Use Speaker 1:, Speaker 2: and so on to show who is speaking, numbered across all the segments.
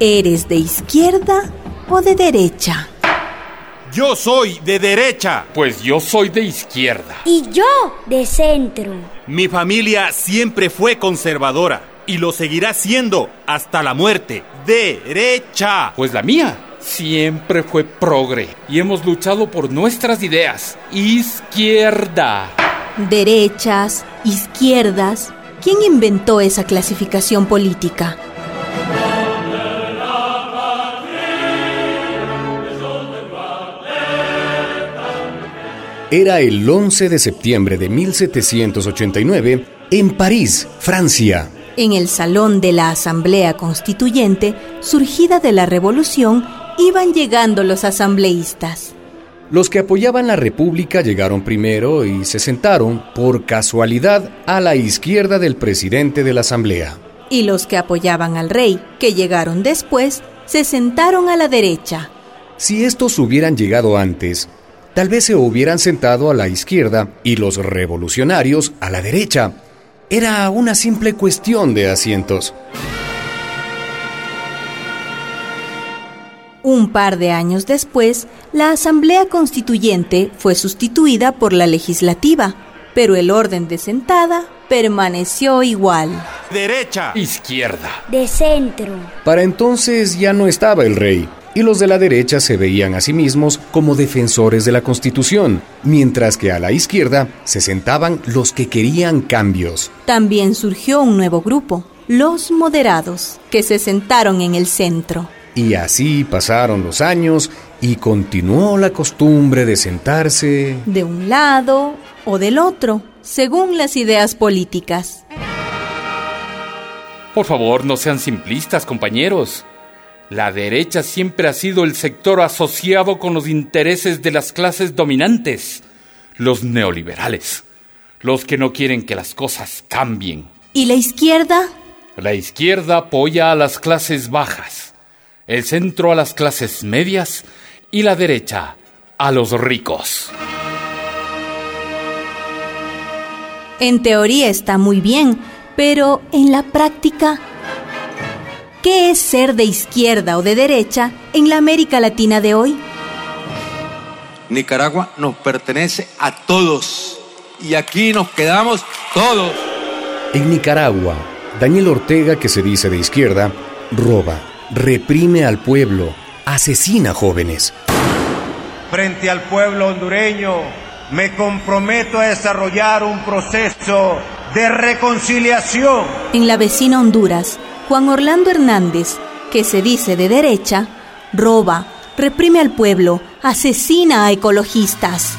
Speaker 1: ¿Eres de izquierda o de derecha?
Speaker 2: Yo soy de derecha.
Speaker 3: Pues yo soy de izquierda.
Speaker 4: Y yo de centro.
Speaker 2: Mi familia siempre fue conservadora y lo seguirá siendo hasta la muerte. Derecha.
Speaker 3: Pues la mía siempre fue progre y hemos luchado por nuestras ideas. Izquierda.
Speaker 1: Derechas, izquierdas. ¿Quién inventó esa clasificación política?
Speaker 5: Era el 11 de septiembre de 1789 en París, Francia.
Speaker 1: En el salón de la Asamblea Constituyente, surgida de la Revolución, iban llegando los asambleístas.
Speaker 5: Los que apoyaban la República llegaron primero y se sentaron, por casualidad, a la izquierda del presidente de la Asamblea.
Speaker 1: Y los que apoyaban al rey, que llegaron después, se sentaron a la derecha.
Speaker 5: Si estos hubieran llegado antes, tal vez se hubieran sentado a la izquierda y los revolucionarios a la derecha. Era una simple cuestión de asientos.
Speaker 1: Un par de años después, la Asamblea Constituyente fue sustituida por la legislativa, pero el orden de sentada permaneció igual.
Speaker 2: Derecha.
Speaker 3: Izquierda.
Speaker 4: De centro.
Speaker 5: Para entonces ya no estaba el rey, y los de la derecha se veían a sí mismos como defensores de la Constitución, mientras que a la izquierda se sentaban los que querían cambios.
Speaker 1: También surgió un nuevo grupo, los moderados, que se sentaron en el centro.
Speaker 5: Y así pasaron los años y continuó la costumbre de sentarse
Speaker 1: de un lado o del otro, según las ideas políticas.
Speaker 3: Por favor, no sean simplistas, compañeros. La derecha siempre ha sido el sector asociado con los intereses de las clases dominantes, los neoliberales, los que no quieren que las cosas cambien.
Speaker 1: ¿Y la izquierda?
Speaker 3: La izquierda apoya a las clases bajas, el centro a las clases medias y la derecha a los ricos.
Speaker 1: En teoría está muy bien, pero en la práctica ¿Qué es ser de izquierda o de derecha en la América Latina de hoy?
Speaker 6: Nicaragua nos pertenece a todos y aquí nos quedamos todos.
Speaker 5: En Nicaragua, Daniel Ortega, que se dice de izquierda, roba, reprime al pueblo, asesina jóvenes.
Speaker 7: Frente al pueblo hondureño, me comprometo a desarrollar un proceso de reconciliación.
Speaker 1: En la vecina Honduras, Juan Orlando Hernández, que se dice de derecha, roba, reprime al pueblo, asesina a ecologistas.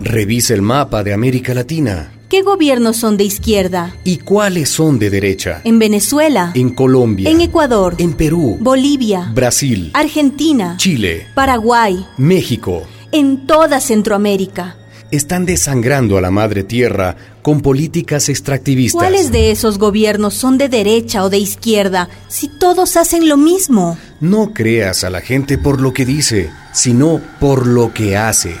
Speaker 5: Revisa el mapa de América Latina.
Speaker 1: ¿Qué gobiernos son de izquierda?
Speaker 5: ¿Y cuáles son de derecha?
Speaker 1: En Venezuela.
Speaker 5: En Colombia.
Speaker 1: En Ecuador.
Speaker 5: En Perú.
Speaker 1: Bolivia.
Speaker 5: Brasil.
Speaker 1: Argentina.
Speaker 5: Chile.
Speaker 1: Paraguay.
Speaker 5: México.
Speaker 1: En toda Centroamérica.
Speaker 5: Están desangrando a la madre tierra con políticas extractivistas.
Speaker 1: ¿Cuáles de esos gobiernos son de derecha o de izquierda si todos hacen lo mismo?
Speaker 5: No creas a la gente por lo que dice, sino por lo que hace.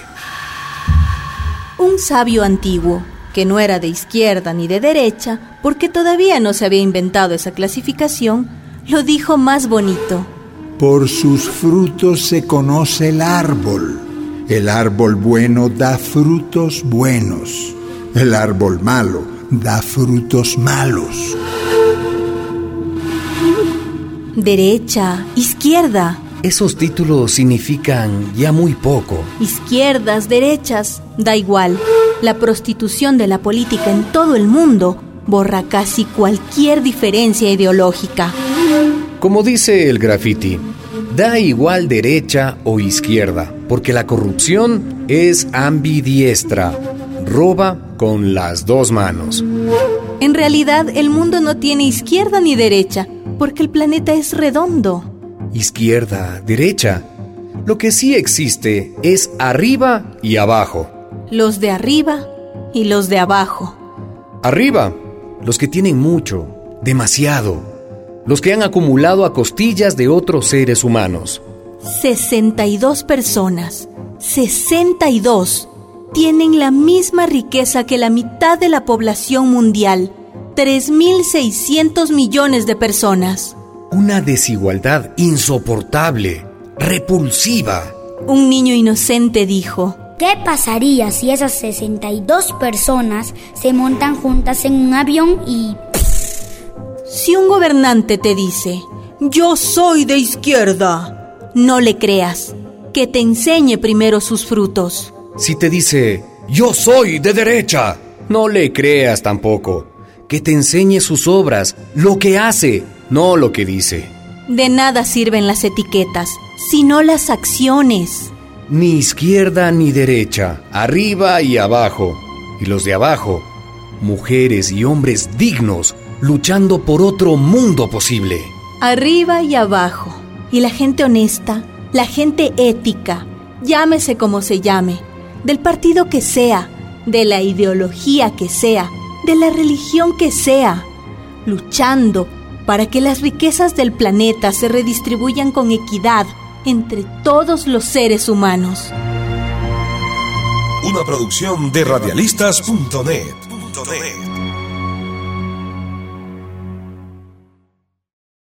Speaker 1: Un sabio antiguo, que no era de izquierda ni de derecha, porque todavía no se había inventado esa clasificación, lo dijo más bonito.
Speaker 8: Por sus frutos se conoce el árbol. El árbol bueno da frutos buenos. El árbol malo da frutos malos.
Speaker 1: Derecha, izquierda.
Speaker 5: Esos títulos significan ya muy poco.
Speaker 1: Izquierdas, derechas, da igual. La prostitución de la política en todo el mundo borra casi cualquier diferencia ideológica.
Speaker 5: Como dice el graffiti, da igual derecha o izquierda, porque la corrupción es ambidiestra roba con las dos manos.
Speaker 1: En realidad, el mundo no tiene izquierda ni derecha, porque el planeta es redondo.
Speaker 5: Izquierda, derecha. Lo que sí existe es arriba y abajo.
Speaker 1: Los de arriba y los de abajo.
Speaker 5: Arriba, los que tienen mucho, demasiado. Los que han acumulado a costillas de otros seres humanos.
Speaker 1: 62 personas. 62 tienen la misma riqueza que la mitad de la población mundial, 3.600 millones de personas.
Speaker 5: una desigualdad insoportable, repulsiva.
Speaker 1: Un niño inocente dijo,
Speaker 4: ¿Qué pasaría si esas 62 personas se montan juntas en un avión y...
Speaker 1: si un gobernante te dice, yo soy de izquierda, no le creas, que te enseñe primero sus frutos.
Speaker 5: Si te dice, yo soy de derecha, no le creas tampoco. Que te enseñe sus obras, lo que hace, no lo que dice.
Speaker 1: De nada sirven las etiquetas, sino las acciones.
Speaker 5: Ni izquierda ni derecha, arriba y abajo. Y los de abajo, mujeres y hombres dignos, luchando por otro mundo posible.
Speaker 1: Arriba y abajo. Y la gente honesta, la gente ética, llámese como se llame, del partido que sea, de la ideología que sea, de la religión que sea, luchando para que las riquezas del planeta se redistribuyan con equidad entre todos los seres humanos.
Speaker 9: Una producción de radialistas.net.